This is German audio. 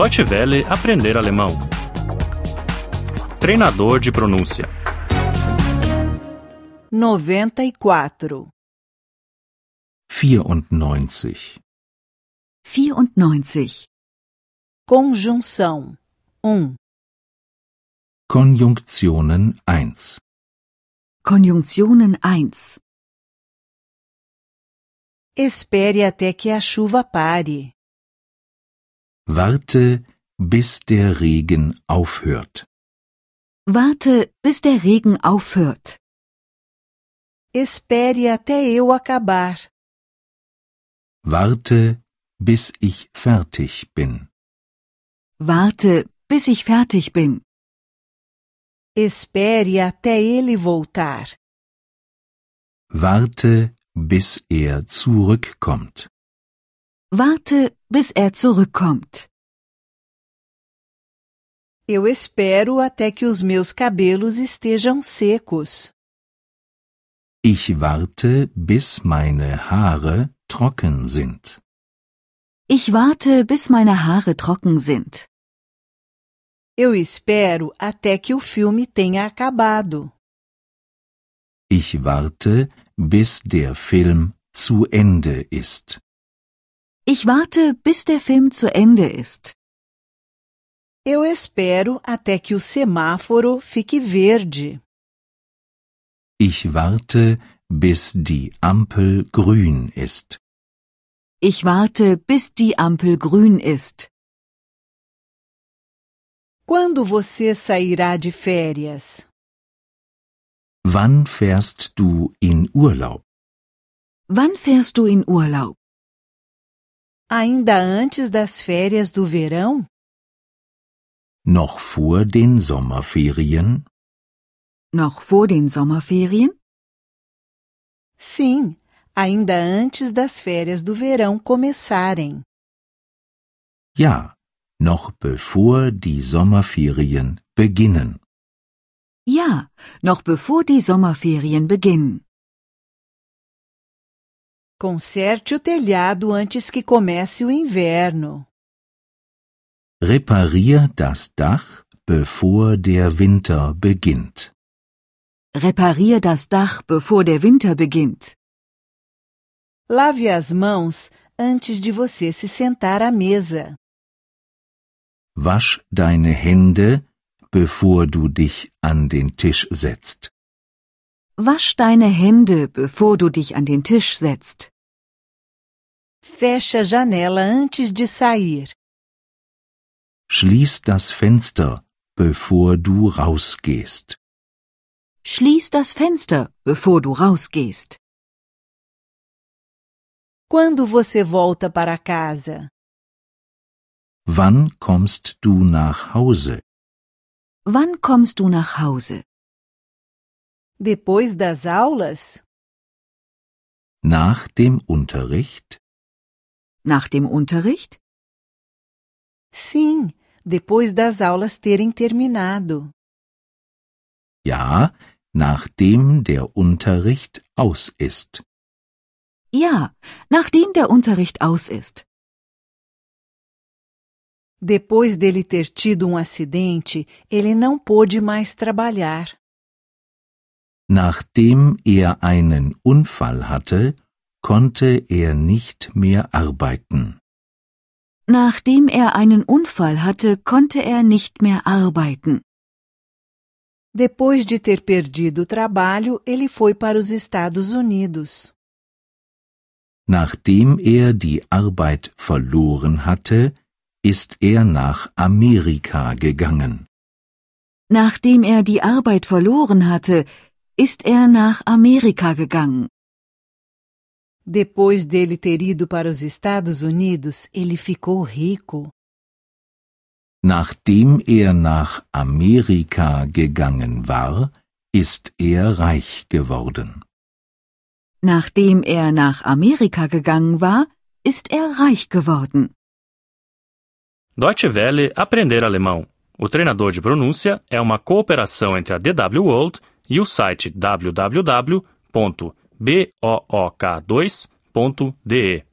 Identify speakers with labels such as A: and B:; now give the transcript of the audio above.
A: Deutsche Welle aprender alemão. Treinador de pronúncia.
B: 94.
C: 94.
D: 94.
B: Conjunção 1.
C: Konjunktionen 1.
D: Konjunktionen 1.
B: Espere até que a chuva pare.
C: Warte, bis der Regen aufhört.
D: Warte, bis der Regen aufhört.
B: Espere até eu acabar.
C: Warte, bis ich fertig bin.
D: Warte, bis ich fertig bin.
B: Espere até ele voltar.
C: Warte, bis er zurückkommt.
D: Warte, bis er zurückkommt.
B: Eu espero até que os meus cabelos estejam secos.
C: Ich warte, bis meine Haare trocken sind.
D: Ich warte, bis meine Haare trocken sind.
B: Eu espero até que o filme tenha acabado.
C: Ich warte, bis der Film zu Ende ist.
D: Ich warte, bis der Film zu Ende ist.
B: Eu espero até que o semáforo fique verde.
C: Ich warte, bis die Ampel grün ist.
D: Ich warte, bis die Ampel grün ist.
B: Quando você sairá de férias?
C: Wann fährst du in Urlaub?
D: Wann fährst du in Urlaub?
B: Ainda antes das férias do verão?
C: Noch vor den Sommerferien?
D: Noch vor den Sommerferien?
B: Sim, ainda antes das férias do verão começarem.
C: Ja, noch bevor die Sommerferien beginnen.
D: Ja, noch bevor die Sommerferien beginnen.
B: Conserte o telhado antes que comece o inverno.
C: Reparier das Dach, bevor der Winter beginnt.
D: Reparier das Dach, bevor der Winter beginnt.
B: Lave as mãos antes de você se sentar à mesa.
C: Wasch deine Hände, bevor du dich an den Tisch setzt.
D: Wasch deine Hände, bevor du dich an den Tisch setzt.
B: Feche a janela antes de sair.
C: Schließ das Fenster, bevor du rausgehst.
D: Schließ das Fenster, bevor du rausgehst.
B: Quando você volta para casa?
C: Wann kommst du nach Hause?
D: Wann kommst du nach Hause?
B: Depois das aulas?
C: Nach dem Unterricht?
D: Nach dem Unterricht?
B: Sim, depois das aulas terem terminado.
C: Ja, nachdem der Unterricht aus ist.
D: Ja, nachdem der Unterricht aus ist.
B: Depois dele ter tido um acidente, ele não pôde mais trabalhar.
C: Nachdem er einen Unfall hatte, konnte er nicht mehr arbeiten.
D: Nachdem er einen Unfall hatte, konnte er nicht mehr arbeiten.
B: Depois de ter perdido o trabalho, ele foi para os Estados Unidos.
C: Nachdem er die Arbeit verloren hatte, ist er nach Amerika gegangen.
D: Nachdem er die Arbeit verloren hatte, ist er nach Amerika gegangen.
B: Depois dele ter ido para os Estados Unidos, ele ficou rico.
C: Nachdem er nach Amerika gegangen war, ist er reich geworden.
D: Nachdem er nach Amerika gegangen war, ist er reich geworden.
A: Deutsche Welle aprender alemão. O treinador de pronúncia é uma cooperação entre a DW World e o site www.book2.de.